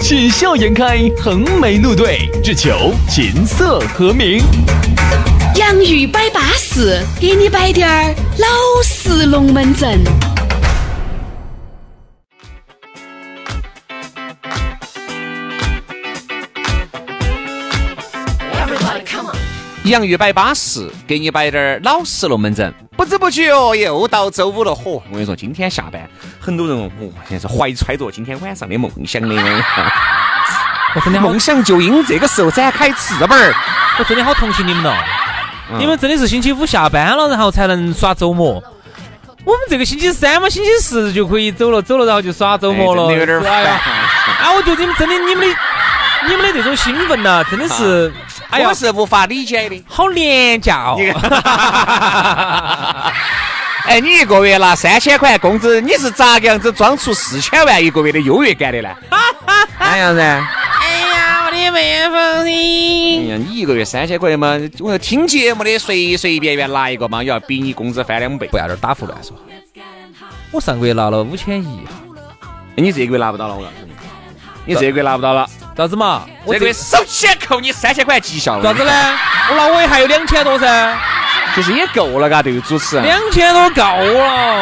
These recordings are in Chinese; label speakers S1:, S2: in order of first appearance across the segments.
S1: 喜笑颜开，横眉怒对，只求琴瑟和鸣。
S2: 洋芋摆巴士，给你摆点儿老式龙门阵。
S3: 洋芋摆巴适，给你摆点儿老实龙门阵。不知不觉哦，又到周五了。嚯、我跟你说，今天下班，很多人哦，现在是怀揣着今天晚上的梦想的。
S4: 我真的好
S3: 梦，想就应这个时候展开翅膀儿。
S4: 我真的好同情你们了。
S3: 嗯
S4: 你们真的是星期五下班了，然后才能耍周末。我们这个星期三嘛，星期四就可以走了，走了然后就耍周末了。
S3: 哎真的有点儿
S4: 是哎呀，
S3: 烦。
S4: 啊，我觉得你们真的，你们的，你们的这种兴奋呐、真的是，哎呀
S3: 啊我，是无法理解 的。
S4: 好廉价哦。
S3: 哎，你一个月拿三千块工资，你是咋个样子装出四千万一个月的优越感的呢？哎呀噻！哎呀，我的妹夫哎呀，你一个月三千块嘛，我听节目的随随便便拿一个嘛，也要比你工资翻两倍。不要这打啊胡乱说，
S4: 我上个月拿了五千一，
S3: 你这个月拿不到了，我告诉你，你这个月拿不到了，
S4: 咋子嘛？我
S3: 这个月首先扣你三千块绩效了。
S4: 咋子呢？？我拿我也还有两千多噻。
S3: 其实也够了嘎，对于主持人，
S4: 两千多够了，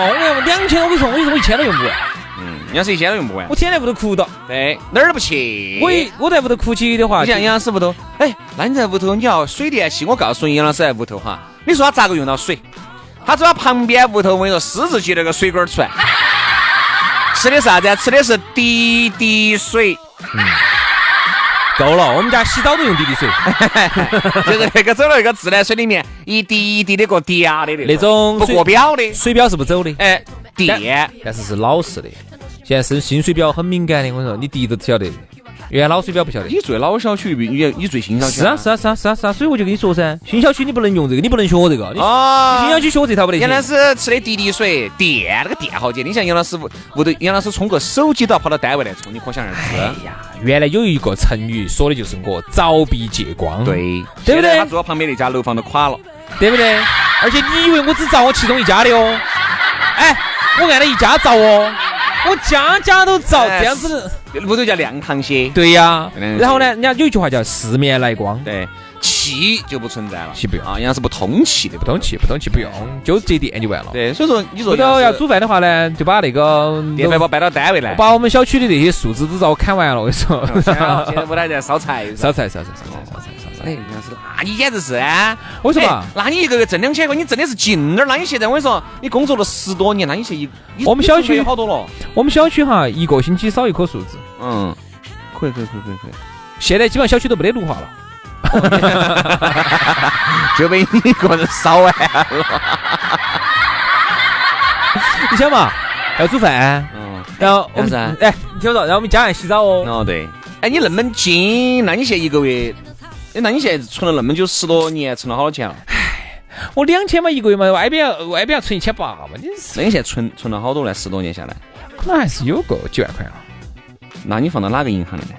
S4: 我跟你说两千，我跟你说，我跟你说，我一千都用不完，
S3: 嗯，人家是一千都用不完
S4: 我。天天屋头哭到，
S3: 对，哪儿都不去。
S4: 我啊一我在屋头哭起的话，
S3: 你像杨老师屋头，哎，那你在屋头你要水电气，我告诉你，杨老师在屋头哈，你说他咋个用到水？他走到旁边屋头，我跟你说，狮子举了个水管出来，吃的啥子啊？吃的是滴滴 水，
S4: 够了，我们家洗澡都用滴滴 水，
S3: 就是那个走到那个自来水里面一滴一滴的个滴啊的
S4: 那种
S3: 不
S4: 水
S3: 过标的，
S4: 水表是不走的，
S3: 哎，电。
S4: 但是是老实的。现在是新水表很敏感的，我跟你说，你滴都晓得，原来老水表不晓得。
S3: 你最老小区，你你最新小区
S4: 是啊是啊是啊是啊是啊，所以我就跟你说噻，新小区你不能用这个，你不能学我这个，你
S3: 啊
S4: 新小区学我这套不得
S3: 杨老
S4: 行。
S3: 师吃的滴滴水，电那个电好简，你像杨老师屋屋头，杨老师冲个手机都要跑到单位来充，你可想而
S4: 哎
S3: 知。啊
S4: 呀，原来有一个成语说的就是我凿壁借光，
S3: 对，
S4: 对
S3: 现
S4: 不对
S3: 在他住到旁边那家楼房都垮了。
S4: 对不对？而且你以为我只造我其中一家的哦？哎，我按了一家造哦，我家家都造，
S3: 哎
S4: 这样子的。
S3: 屋头叫亮堂些，
S4: 对呀、
S3: 嗯
S4: 然后呢，人家有一句话叫“四面来光
S3: 对，气就不存在了，
S4: 气不要
S3: 啊，杨是不通气的，”，不
S4: 不通。气，不通气不用，就接电就完了。
S3: 对，所以说你说
S4: 回头要
S3: 要
S4: 煮饭的话呢，就把那个
S3: 电饭煲搬到单位来。
S4: 把我们小区的那些树枝都遭我砍完了，我跟你说。
S3: 现在现在屋头还在烧菜，
S4: 烧菜，烧菜，烧菜，烧菜，烧
S3: 哎，
S4: 菜。
S3: 杨是，那你简直是啊！
S4: 我说嘛
S3: 哎那你一个月挣两千块，你挣的是劲儿。那你现在我跟你说，你工作了十多年，那你现在一你
S4: 我们小区
S3: 你准备好多了。
S4: 我们小区哈，一个星期少一棵树枝，
S3: 嗯，可以可以可以可以可以，
S4: 现在基本上小区都没得绿化了。
S3: 就被你一个人烧完。
S4: 你想嘛，要煮饭，
S3: 嗯，
S4: 然后我
S3: 啥子啊
S4: 们哎，你听我说，然后我们家人洗澡哦。
S3: 哦对，哎，你那么精，那你现在一个月，哎，那你现在存了那么久十多年，存了好多钱了？
S4: 我两千嘛一个月嘛，外边外边要存一千八嘛，你是
S3: 那你现在存存了好多呢？十多年下来，
S4: 可能还是有个几万块了。
S3: 那你放到哪个银行的呢？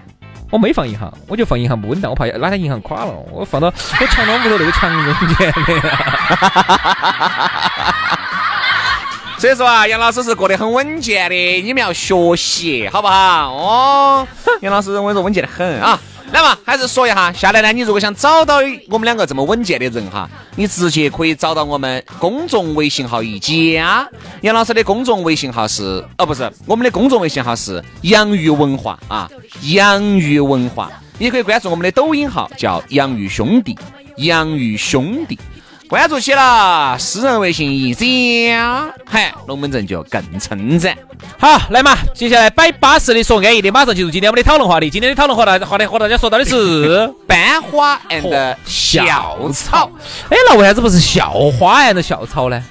S4: 我没放银行，我就放银行不稳当，我怕哪天银行垮了，我放到我墙洞屋头那个墙中间的。
S3: 所以说啊，杨老师是过得很稳健的，你们要学习，好不好？哦，杨老师，我跟你说稳健的很啊。那么还是说一下，下来呢，你如果想找到我们两个这么稳健的人哈，你直接可以找到我们公众微信号一加。杨老师的公众微信号是，哦，不是，我们的公众微信号是洋芋文化啊，洋芋文化。也可以关注我们的抖音号，叫洋芋兄弟，洋芋兄弟。关注起了，私人微信一加，嗨，龙门阵就更称赞。。
S4: 好，来嘛，接下来摆巴适的说安逸的，马上进入今天我们的讨论话题。今天的讨论话题，话题和大家说到的是
S3: 班花 and 校草，，
S4: 哎，那为啥子不是校花 and 校草呢？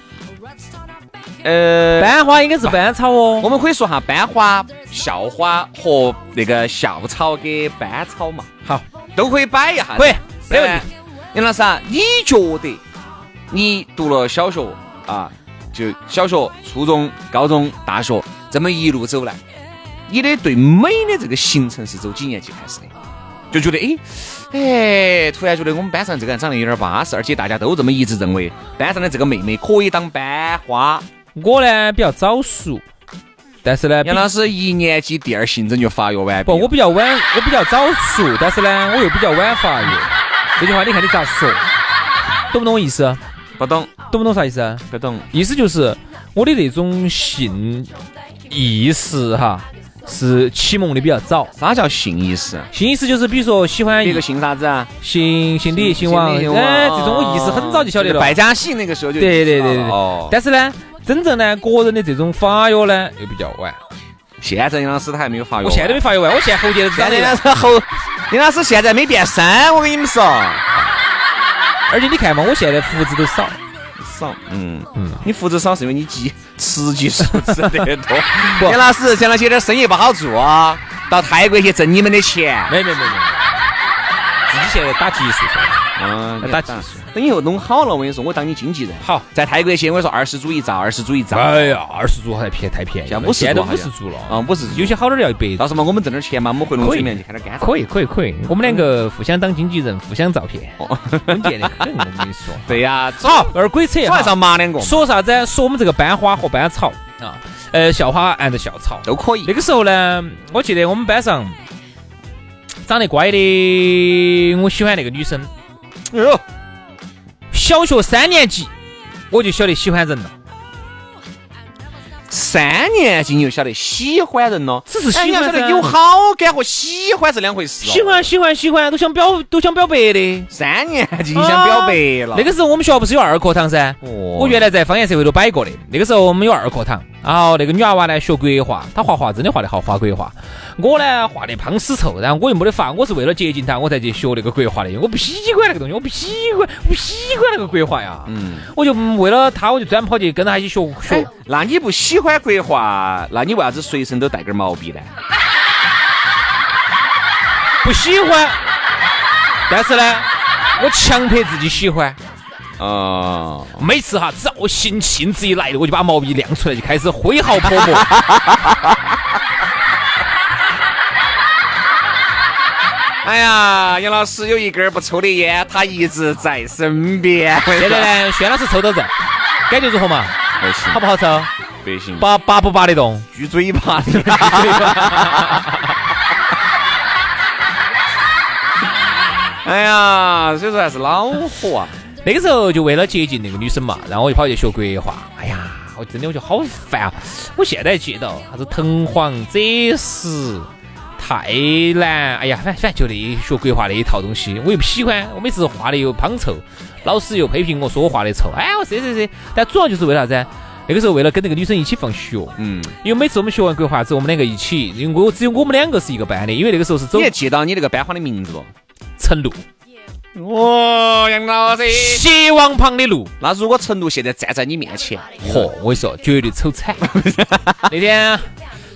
S3: 呃，
S4: 班花应该是班草
S3: 我
S4: 哦。
S3: 们可以说哈，班花、校花和那个校草跟班草嘛。
S4: 好，
S3: 都可以摆一下。
S4: 可以没问题。
S3: 杨老师啊，你觉得你读了小学啊，就小学、初中、高中、大学，这么一路走来，你的对美的这个形成是走几年级开始的？就觉得哎，哎，突然觉得我们班上这个人长得有点巴适，而且大家都这么一致认为，班上的这个妹妹可以当班花。
S4: 我呢比较早熟，但是呢，比
S3: 杨老师一年级第二性征就发育完毕
S4: 不，
S3: 了。
S4: 我比较晚，我比较早熟，但是呢，我又比较晚发育。这句话你看你咋说，懂不懂我意思？
S3: 不懂，
S4: 懂不懂啥意思啊？
S3: 不懂。
S4: 意思就是我的那种性意识哈，是启蒙的比较早。
S3: 啥叫性意识？
S4: 性意识就是比如说喜欢
S3: 别个姓啥子啊？
S4: 姓姓李、姓王，
S3: 王，
S4: 哎，这种我意识很早就晓得了。
S3: 百家姓哦那个时候就
S4: 对对对对对
S3: 哦，但
S4: 但是呢，真正呢，个人的这种发育呢，又比较晚。
S3: 现在杨老师他还没有发育，
S4: 我现在都没。发育完，我现在喉结都
S3: 现
S4: 长
S3: 在
S4: 得
S3: 杨
S4: 了
S3: 老。师后，杨老师现在没变深，我跟你们说，
S4: 而且你看嘛，我现在胡子都少，
S3: 少，嗯嗯，你胡子少是因为你积雌激素 吃得多。杨老师，杨老师有点生意不好做啊，到泰国去挣你们的钱。
S4: 没没没没，自己现在打激素噻。
S3: 嗯
S4: 打激素。
S3: 等以后弄好了，我跟你说，我当你经纪人。
S4: 好
S3: 在泰国去，我跟你说二十株一兆，二十株一兆。
S4: 哎呀，二十株还便太便宜了，
S3: 像50
S4: 现在都
S3: 株好
S4: 五
S3: 像
S4: 十株了
S3: 啊，五十株
S4: 哦有些好点儿要一百
S3: 到时
S4: 株。
S3: 候嘛，我们挣点钱嘛，我们回农村里面去看点干啥。
S4: 可以可以可以，我们两个互相当经纪人，互相照片，稳健 的很，我跟你说。
S3: 对呀，走，
S4: 好，二鬼扯
S3: 走还
S4: 哈
S3: 上麻两个
S4: 说啥子？说我们这个班花和班草啊，呃，校花按着校草。
S3: 都可以
S4: 那。个时候呢，我记得我们班上长得乖的，我喜欢那个女生。
S3: 哎呦，
S4: 小学三年级我就晓得喜欢人了，
S3: 三年级你就晓得喜欢人了，
S4: 只是喜
S3: 哎
S4: 欢
S3: 你要晓
S4: 噻
S3: 得有好感和喜欢是两回事。
S4: 喜，欢喜欢喜欢，都想表都想表白的。
S3: 三年级你想表白了。
S4: 那个时候我们学校不是有二课堂噻？
S3: 哦，
S4: 我原来在方言社会都摆过的。那个时候我们有二课堂，然后那个女娃娃呢学国画，她画画真的画得好，画国画。我呢画得胖死臭，然后我又没得法，我是为了接近她，我才去学那个国画的。因为我不喜欢那个东西，我不喜欢，我不喜欢那个国画呀。
S3: 嗯，
S4: 我就嗯为了她，我就专门跑去跟她一起学
S3: 哎
S4: 学。
S3: 那你不喜欢国画，那你为啥子随身都带根毛笔呢？
S4: 不喜欢，但是呢，我强迫自己喜欢。
S3: 哦，
S4: 每次哈，只要我兴兴致一来了，我就把毛笔亮出来，就开始挥毫 泼墨。
S3: 哎呀，杨老师有一根不抽的烟，他一直在身边。
S4: 现在呢，轩老师抽到在，感觉如何嘛？
S3: 不行
S4: 好不好抽？
S3: 不行，
S4: 拔拔不拔得动？
S3: 举嘴 巴。 哎呀，所以说还是恼火啊！
S4: 那个时候就为了接近那个女生嘛，然后我就跑去学国画。哎呀，我真的我觉得好烦啊！我现在记到啥子藤黄、赭石、太难，哎呀，反反正就那学国画那一套东西，我又不喜欢。我每次画的又胖臭，老师又批评我说我画的丑。哎，我这这这，但主要就是为了啥子？那个时候为了跟那个女生一起放学，
S3: 嗯，
S4: 因为每次我们学完国画之后，我们两个一起，因为我只有我们两个是一个班的，因为那个时候是走
S3: 你还记到你那个班花的名字不？
S4: 成路，
S3: 哦，杨老师
S4: 斜往旁的路。
S3: 那如果陈露现在站在你面前，
S4: 嚯，我跟你说，绝对丑惨。 那天，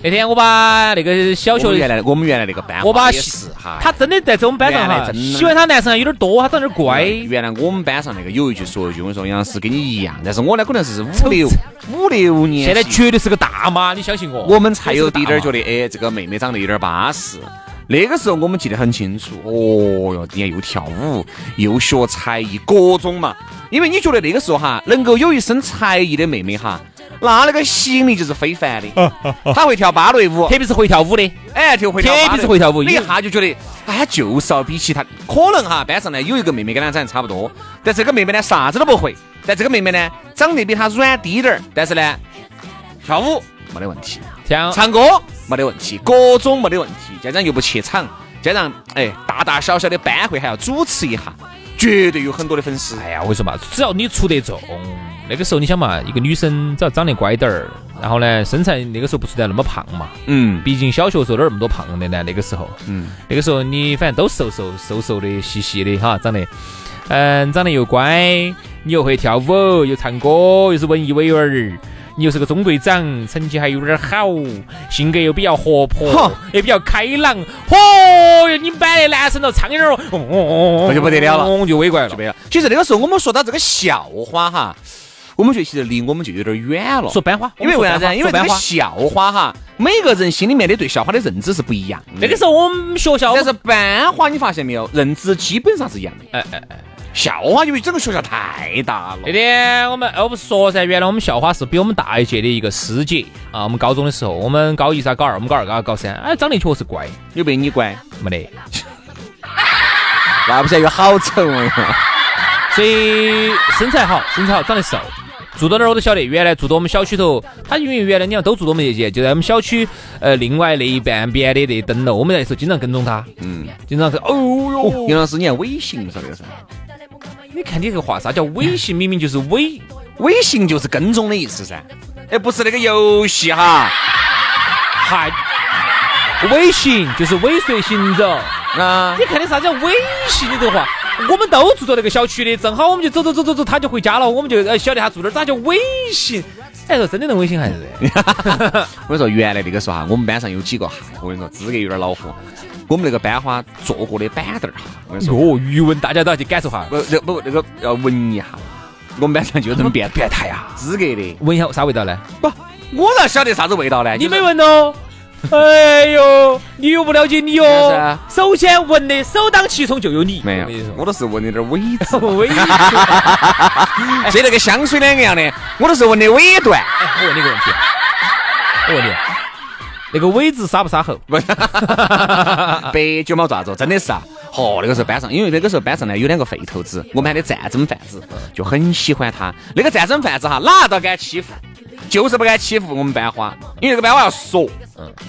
S4: 那天我把那个小
S3: 我
S4: 学
S3: 们原
S4: 的，
S3: 来我们原来那个班花
S4: 我把
S3: 也是哈，
S4: 他真的在这我们班上
S3: 原来
S4: 哈，
S3: 真的嗯
S4: 喜欢他男生还有点多，他长得有点乖。
S3: 原来我们班上那个有一句说一句，我跟你说杨老师跟你一样，但是我呢可能是五六五六年级，
S4: 现在绝对是个大妈，你相信我。
S3: 我们才有滴点儿觉
S4: 得。
S3: 得，哎，这个妹妹长得有点巴适。那个时候我们记得很清楚，哦哟，你看又跳舞，又学才艺，各种嘛。因为你觉得那个时候哈，能够有一身才艺的妹妹哈，那那个吸引力就是非凡的。她会跳芭蕾舞，
S4: 特别是会跳舞的，
S3: 哎，就会跳芭蕾
S4: 特别是会跳舞
S3: 你一下就觉得，哎，她就是要比其他可能哈，班上呢有一个妹妹跟她长得差不多，但这个妹妹呢啥子都不会，但这个妹妹呢长得比她软低点儿，但是呢跳舞没得问题。
S4: 像
S3: 唱歌没得问题，各种没得问题，家长又不怯场，家长哎大大小小的班会还要主持一下，绝对有很多的粉丝。
S4: 哎呀，我跟你说嘛，只要你出得众，那个时候你想嘛，一个女生只要长得乖点儿，然后呢，身材那个时候不存在那么胖嘛，
S3: 嗯，
S4: 毕竟小学时候哪儿那么多胖的呢？那个时候，
S3: 嗯，
S4: 那个时候你反正都瘦瘦瘦瘦的、细细的哈，长得，嗯，长得又乖，你又会跳舞，又唱歌，又是文艺委员儿，你又是个中队长，成绩还有点儿好，性格又比较活泼
S3: 哼，
S4: 也比较开朗，嚯，哦哟，你们班的男生了，苍蝇儿，哦哦哦，
S3: 那就不得了了
S4: 嗡就围过来了
S3: 就。没有。啊其实那个时候我们说到这个校花哈，我们觉得其实离我们就有点远了。
S4: 说班花，
S3: 因为为啥子？啊因为这
S4: 班
S3: 个
S4: 花。
S3: 校花哈，每个人心里面的对校花的认知是不一样的。
S4: 那个时候我们学校，
S3: 但是班花你发现没有，认知基本上是一样的。
S4: 哎哎哎，
S3: 校花因为整个学校太大了
S4: 那，天我们哦不是说噻，原来我们校花是比我们大一届的一个师姐啊。我们高中的时候，我们高一是她高二，我们高二高高三，哎，长得确实乖，
S3: 有被你乖，
S4: 没得。
S3: 那不晓得有好丑哦。
S4: 所以身材好，身材好，长得瘦。住到哪儿我都晓得，原来住到我们小区头，他因为原来你要都住到我们这些，就在我们小区呃另外那一半边的那栋楼，我们那时候经常跟踪他，嗯，经常是哦哟，
S3: 杨老师，你看微信不晓得是啥？
S4: 你看你这个话啥叫微信，明明就是微，
S3: 微信就是跟踪的意思噻。哎，不是那个游戏哈，
S4: 还微信就是尾随行走，
S3: 啊
S4: 你，看的啥叫微信？你这个话，我们都住到那个小区的，正好我们就走走走走走，他就回家了，我们就呃晓得他住哪儿，咋叫微信？哎，说真的，那微信还是
S3: 我跟你说，原来那个时候哈，我们班上有几个哈，我跟你说，资格有点恼火。我们那个班花坐过的板凳儿哈，我跟你说，
S4: 哟，语文大家都要去感受哈。
S3: 不这不那个要闻一下，我们班上就这么变变态啊呀，资格的。
S4: 闻一下啥味道呢？
S3: 不，我咋晓得啥子味道呢？
S4: 你
S3: 就是
S4: 没闻哦。哎呦，你又不了解你
S3: 是不是
S4: 哦
S3: 啊。
S4: 首先闻的首当其冲就有你，
S3: 没
S4: 我跟你
S3: 有，
S4: 说。
S3: 我都是闻的点 尾字
S4: 微信。
S3: 这那个香水两个样的，我都是闻的尾段。
S4: 哎我问你个问题，我问你，啊那个尾字沙不沙喉？
S3: 不是，白酒猫爪子，真的是啊！哦，那个时候班上，因为那个时候班上呢有两个废头子，我们喊的战争贩子，就很喜欢他。那个战争贩子哈，哪都敢欺负，就是不敢欺负我们班花，因为那个班花要说，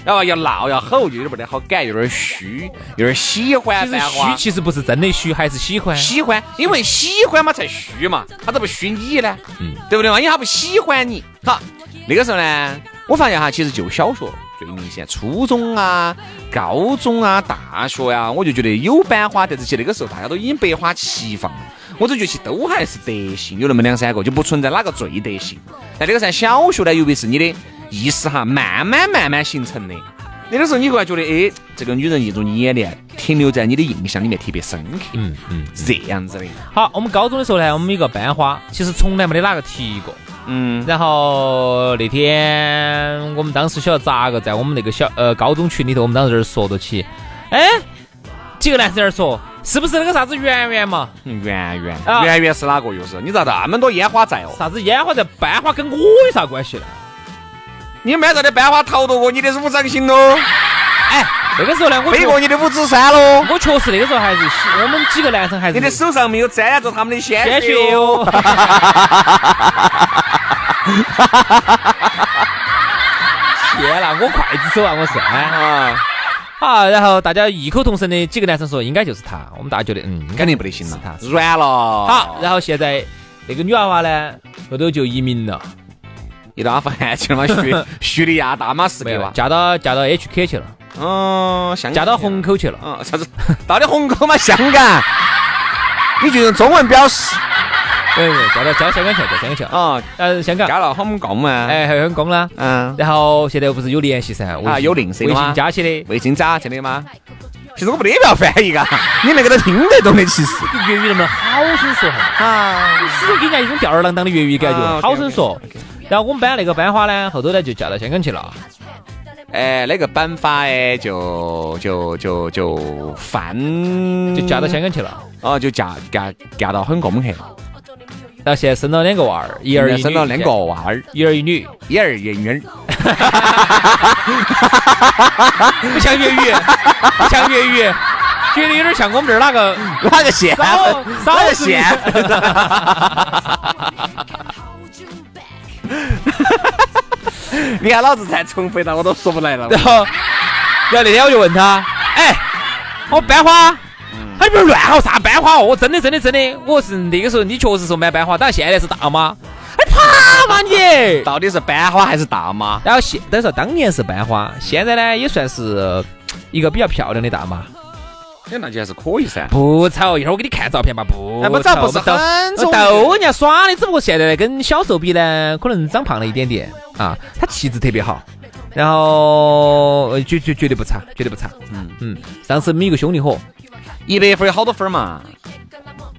S3: 然后要闹要吼，就有点不得好感，有点虚，有点喜欢
S4: 其实
S3: 班花
S4: 虚，，其实不是真的虚，还是喜欢。啊
S3: 喜欢，因为喜欢嘛才虚嘛，他咋不虚你呢？嗯，对不对嘛？因为他不喜欢你。好，那个时候呢，我发现哈，其实就小学最明显，初中啊、高中啊、大学呀、我就觉得有班花，但是其实那个时候大家都已经百花齐放了。我都觉得其实都还是德性，有那么两三个，就不存在哪个最德性。但这个在小学呢，尤其是你的意识哈，慢慢慢慢形成的。那个时候你会觉得，哎，这个女人一入你眼帘，停留在你的印象里面特别深刻。
S4: 嗯嗯。
S3: 是这样子的。
S4: 好，我们高中的时候呢，我们有个班花，其实从来没得哪个提过。
S3: 嗯，
S4: 然后那天我们当时晓得咋个，在我们那个小呃高中群里头，我们当时在那儿说到起，哎，几个男生在那儿说，是不是那个啥子圆圆嘛？
S3: 嗯圆圆，
S4: 啊
S3: 圆圆是哪个？又是你咋那么多烟花在哦？
S4: 啥子烟花在班花跟我有啥关系呢？
S3: 你们班上的班花逃得过你的五常星喽，
S4: 哎，那个时候呢，我
S3: 哦飞
S4: 确
S3: 过你的五指山喽，
S4: 我确实那个时候还是喜我们几个男生还是
S3: 你的手上没有沾染着他们的鲜
S4: 鲜
S3: 血
S4: 血
S3: 哦。
S4: 哦。天呐，我刽子手啊，我是哎。
S3: 啊，
S4: 好，然后大家异口同声的几个男生说应该就是他，我们大家觉得嗯，应该
S3: 肯定不得行
S4: 是他
S3: 了，软了。
S4: 好。然后现在那个女娃娃呢，后头就移民了，
S3: 一打饭去了嘛，叙叙利亚大马士
S4: 没
S3: 革
S4: 有
S3: 吧？
S4: 嫁到嫁到 HK 去了，
S3: 嗯，香港
S4: 嫁到虹。口去了。
S3: 嗯，啥子？到底虹口嘛？香港？你就用中文表示
S4: 没有没有，嫁到嫁到香港去了，嫁香港去了。
S3: 啊，
S4: 呃，香港，
S3: 加了虹口嘛？，
S4: 哎，还有香港啦。
S3: 嗯，
S4: 然后现在不是有联系噻？微
S3: 啊
S4: 信
S3: 有联系的
S4: 微
S3: 吗
S4: 信加 起的。
S3: 卫星渣，真的吗？其实我没得必要翻译嘎，你那个都听得懂的，其实
S4: 粤语能不能好生说哈？
S3: 啊，
S4: 始终给人家一种吊儿郎当的粤语感
S3: 啊
S4: 觉，
S3: ，OK，
S4: 好生说。然后我们班那个班花呢，后头呢就嫁到香港去了。
S3: 哎，那个班法哎，就就就就翻，
S4: 就嫁到香港去了。
S3: 哦，就嫁嫁嫁到很公去了，
S4: 然后现在生了两个娃儿，一儿一女，
S3: 生了两个，娃儿，
S4: 一儿一女，
S3: 一儿一女儿，
S4: 不像粤语，不像粤语，觉得有点像我们这儿哪个
S3: 哪个县份？
S4: 少
S3: 哪
S4: 少
S3: 个
S4: 数民
S3: 县份？你看老子才重复到我都说不来了。
S4: 然后，然后那天我就问他，哎，我班花。他不是乱吼啥班花哦！我真的真的真的，我是那个时候你确实说蛮班花，但现在是大妈。哎，怕嘛你！
S3: 到底是班花还是大妈？
S4: 然后现等于说当年是班花，现在呢也算是一个比较漂亮的大妈。
S3: 哎，那就还是可以噻。
S4: 不丑，一会儿我给你看照片吧。不
S3: 哎不
S4: 丑
S3: 丑，不是
S4: 丑
S3: 很
S4: 我
S3: 重
S4: 逗人家耍的，只不过现在呢跟小时候比呢，可能长胖了一点点啊。她气质特别好，然后呃绝绝绝对不差，绝对不差。嗯嗯，上次我们一个兄弟伙
S3: 一百分有好多分嘛？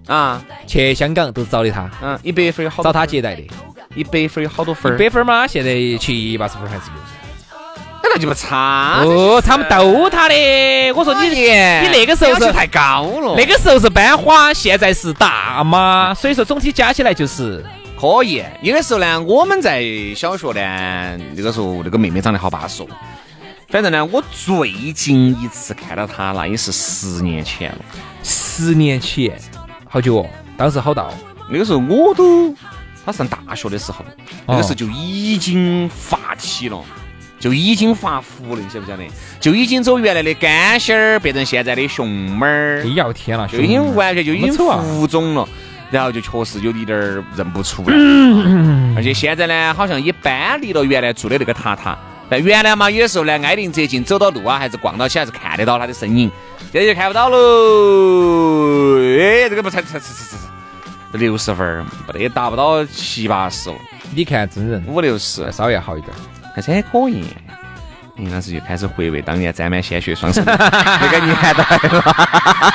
S3: 啊，
S4: 去香港都是找的他，
S3: 嗯，一百分有好
S4: 找
S3: 多，
S4: 他接待的，
S3: 一百分有好多分儿，
S4: 一百分嘛，现在七八十分还是有。
S3: 那就不差。
S4: 哦，他们逗他的，我说你
S3: 啊哎呀
S4: 你那个时候
S3: 要
S4: 是
S3: 求太高了，
S4: 那个时候是班花，现在是大妈，所以说总体加起来就是
S3: 可以。有的时候呢，我们在小学呢，那个时候那个妹妹长得好巴适哦。反正呢，我最近一次看到她，那也是十年前了。
S4: 十年前，好久哦，当时好到，
S3: 那个时候我都，她上大学的时候，那个时候就已经发体了，就已经发福了，你晓不晓得？就已经走原来的干仙儿，变成现在的熊猫儿
S4: 哎，呀我天了，
S3: 就已经
S4: 兄弟
S3: 完全就已经
S4: 那么丑啊
S3: 浮肿了。然后就确实有一点儿认不出来，而且现在呢，好像也搬离了原来住的那个榻榻。但原来嘛，有的时候呢，挨邻折近，走到路啊，还是逛到起，还是看得到他的身影。现在就看不到喽。哎，这个不才才才才才六十分儿，没得达不到七八十哦，
S4: 你看真人
S3: 五六十，
S4: 稍微要好一点，
S3: 还是很可以。你当时就开始回味当年沾满鲜血双手的那个年代。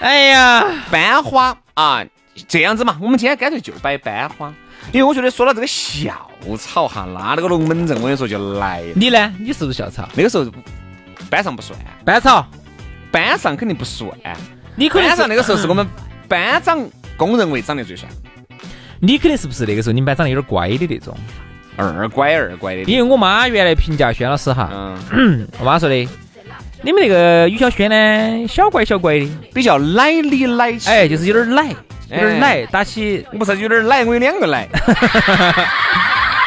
S4: 哎呀，
S3: 班花啊，这样子嘛，我们今天干脆就摆班花，因为我觉得说到这个校草哈，那那个龙门阵，我跟你说就来了。
S4: 你呢？你是不是校草？
S3: 那个时候班上不算，
S4: 班草，
S3: 班上肯定不算，
S4: 你可能
S3: 班
S4: 是
S3: 上那个时候是我们班长公认为长得最帅，
S4: 你肯定是不是那个时候你们班长有点乖的那种？
S3: 二乖二乖的。
S4: 因为我妈原来评价轩老师哈，
S3: 嗯，
S4: 我妈说的，你们那个于小轩呢，小乖小乖的，
S3: 比较奶里奶气，
S4: 哎，就是有点奶，有点奶，打起
S3: 我不是有点奶，我有两个奶，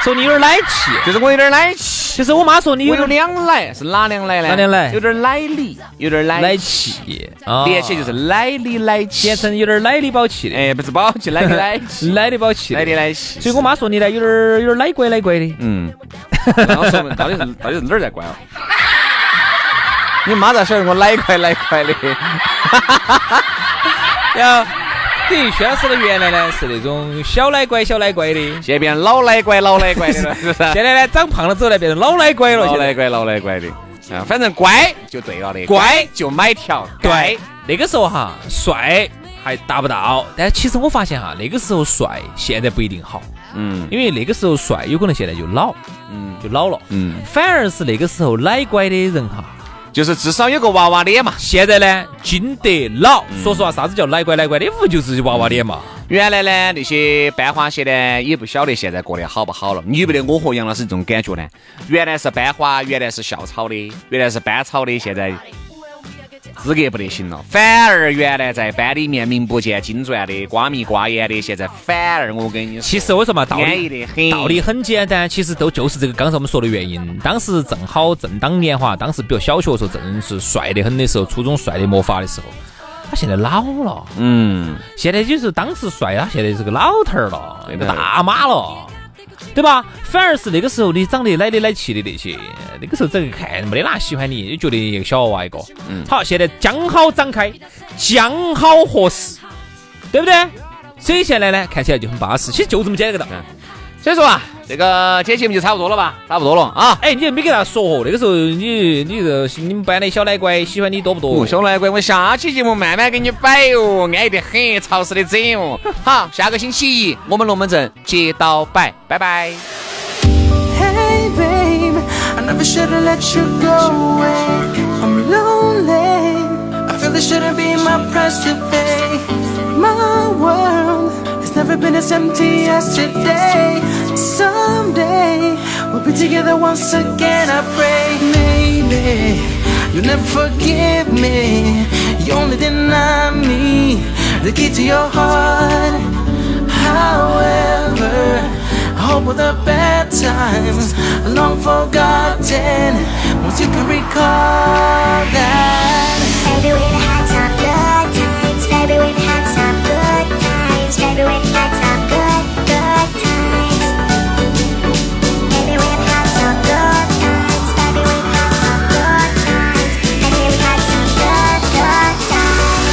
S4: 说你有点奶气，
S3: 就是我有点奶气，
S4: 就是我妈说你有
S3: 我有
S4: 点
S3: 两奶，是哪两奶呢？
S4: 哪两奶
S3: 有点奶里，有点奶
S4: 奶
S3: 气，
S4: 气，啊
S3: 连起来就是奶里奶气
S4: 简。称有点奶里宝气的，
S3: 哎，不是宝气，奶里 奶气。
S4: 奶里宝气
S3: 来的
S4: 的。
S3: 来西，
S4: 所以我妈说你呢，有点有点奶乖奶乖的。
S3: 嗯，然后说我们到底是到底是哪儿在乖哦？ 你妈咋晓得我奶块奶块的？
S4: 然后等于轩老师的原来呢是那种小奶乖小奶乖的，
S3: 现在变成老奶乖老奶乖的了，是不是？
S4: 现在呢长胖了之后呢变成老奶乖了。
S3: 老
S4: 现在
S3: 奶乖老奶乖的，啊，反正乖就对了的，乖就买条，
S4: 对，那个时候哈帅还达不到，但其实我发现哈那个时候帅现在不一定好，
S3: 嗯
S4: 因为那个时候帅有可能现在就老
S3: 嗯
S4: 就老了，
S3: 嗯，
S4: 反而是那个时候奶乖的人哈，
S3: 就是至少有个娃娃脸嘛。
S4: 现在呢经得老。
S3: 嗯
S4: 说实话，啥子叫奶乖奶乖的，无就是娃娃脸嘛。
S3: 原来呢，那些班花些呢，也不晓得现在过得好不好了。你有没得我和杨老师这种感觉呢？原来是班花，原来是校草的，原来是班草的，现在资格不得行了。反而原来在班里面名不见经传的、瓜米瓜眼的，现在反而我跟你说，
S4: 其实我说嘛，道
S3: 安逸
S4: 理
S3: 的很。
S4: 道理很简单，其实都就是这个刚才我们说的原因。当时正好正当年华，当时比如小学的时候正是帅得很的时候，初中帅得没法的时候，他现在老了。
S3: 嗯，
S4: 现在就是当时帅啊，现在是个老头儿了，
S3: 对
S4: 个
S3: 的
S4: 大妈了，对吧？反而是那个时候你长得奶里奶气的那些，那个时候整个看没得哪喜欢你，就觉得一个小娃娃一个。
S3: 嗯
S4: 好，现在将好展开，将好合适，对不对？所以现在呢，看起来就很巴适，其实就这么简单个道理。
S3: 嗯所以说啊，这个今天节目就差不多了吧？差不多了啊。
S4: 哎，你没给他说哦，那个时候你你这你们班的小奶乖喜欢你多不多
S3: 哦，？小奶乖，我下期节目慢慢给你摆哦，安逸得很，潮湿的整哦。好，下个星期一我们龙门阵接到摆，拜拜。
S5: Hey babe, I never should've let you go away. I'm lonely. I feel this shouldn't be my price to pay. My world has never been as empty as today. Someday we'll be together once again. I pray, maybe you never forgive me. You only deny me the key to your heart. However, I hope with the bad times, long forgotten, once you can recall that.
S6: Baby, we've had some good times. Baby, we've had some good times. Baby, we've had some good, good times. Baby, we've had some good times. Baby, we've had some good times. Baby, we've had some good, good times.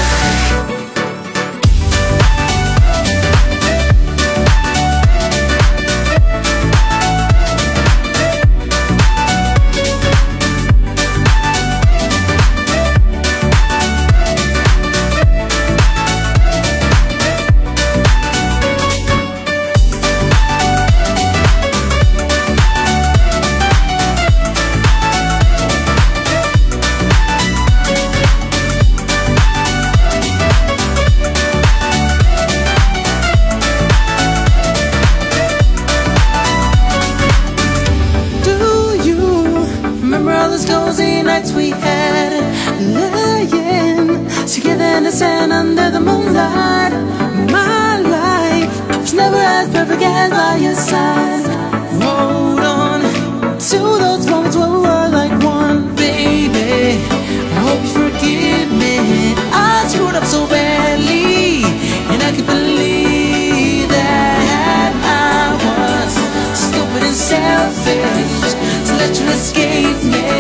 S5: dancing under the moonlight. My life was never as perfect as by your side. Hold on to those moments where we were like one, baby. I hope you forgive me. I screwed up so badly, and I could believe that I was stupid and selfish to let you escape me.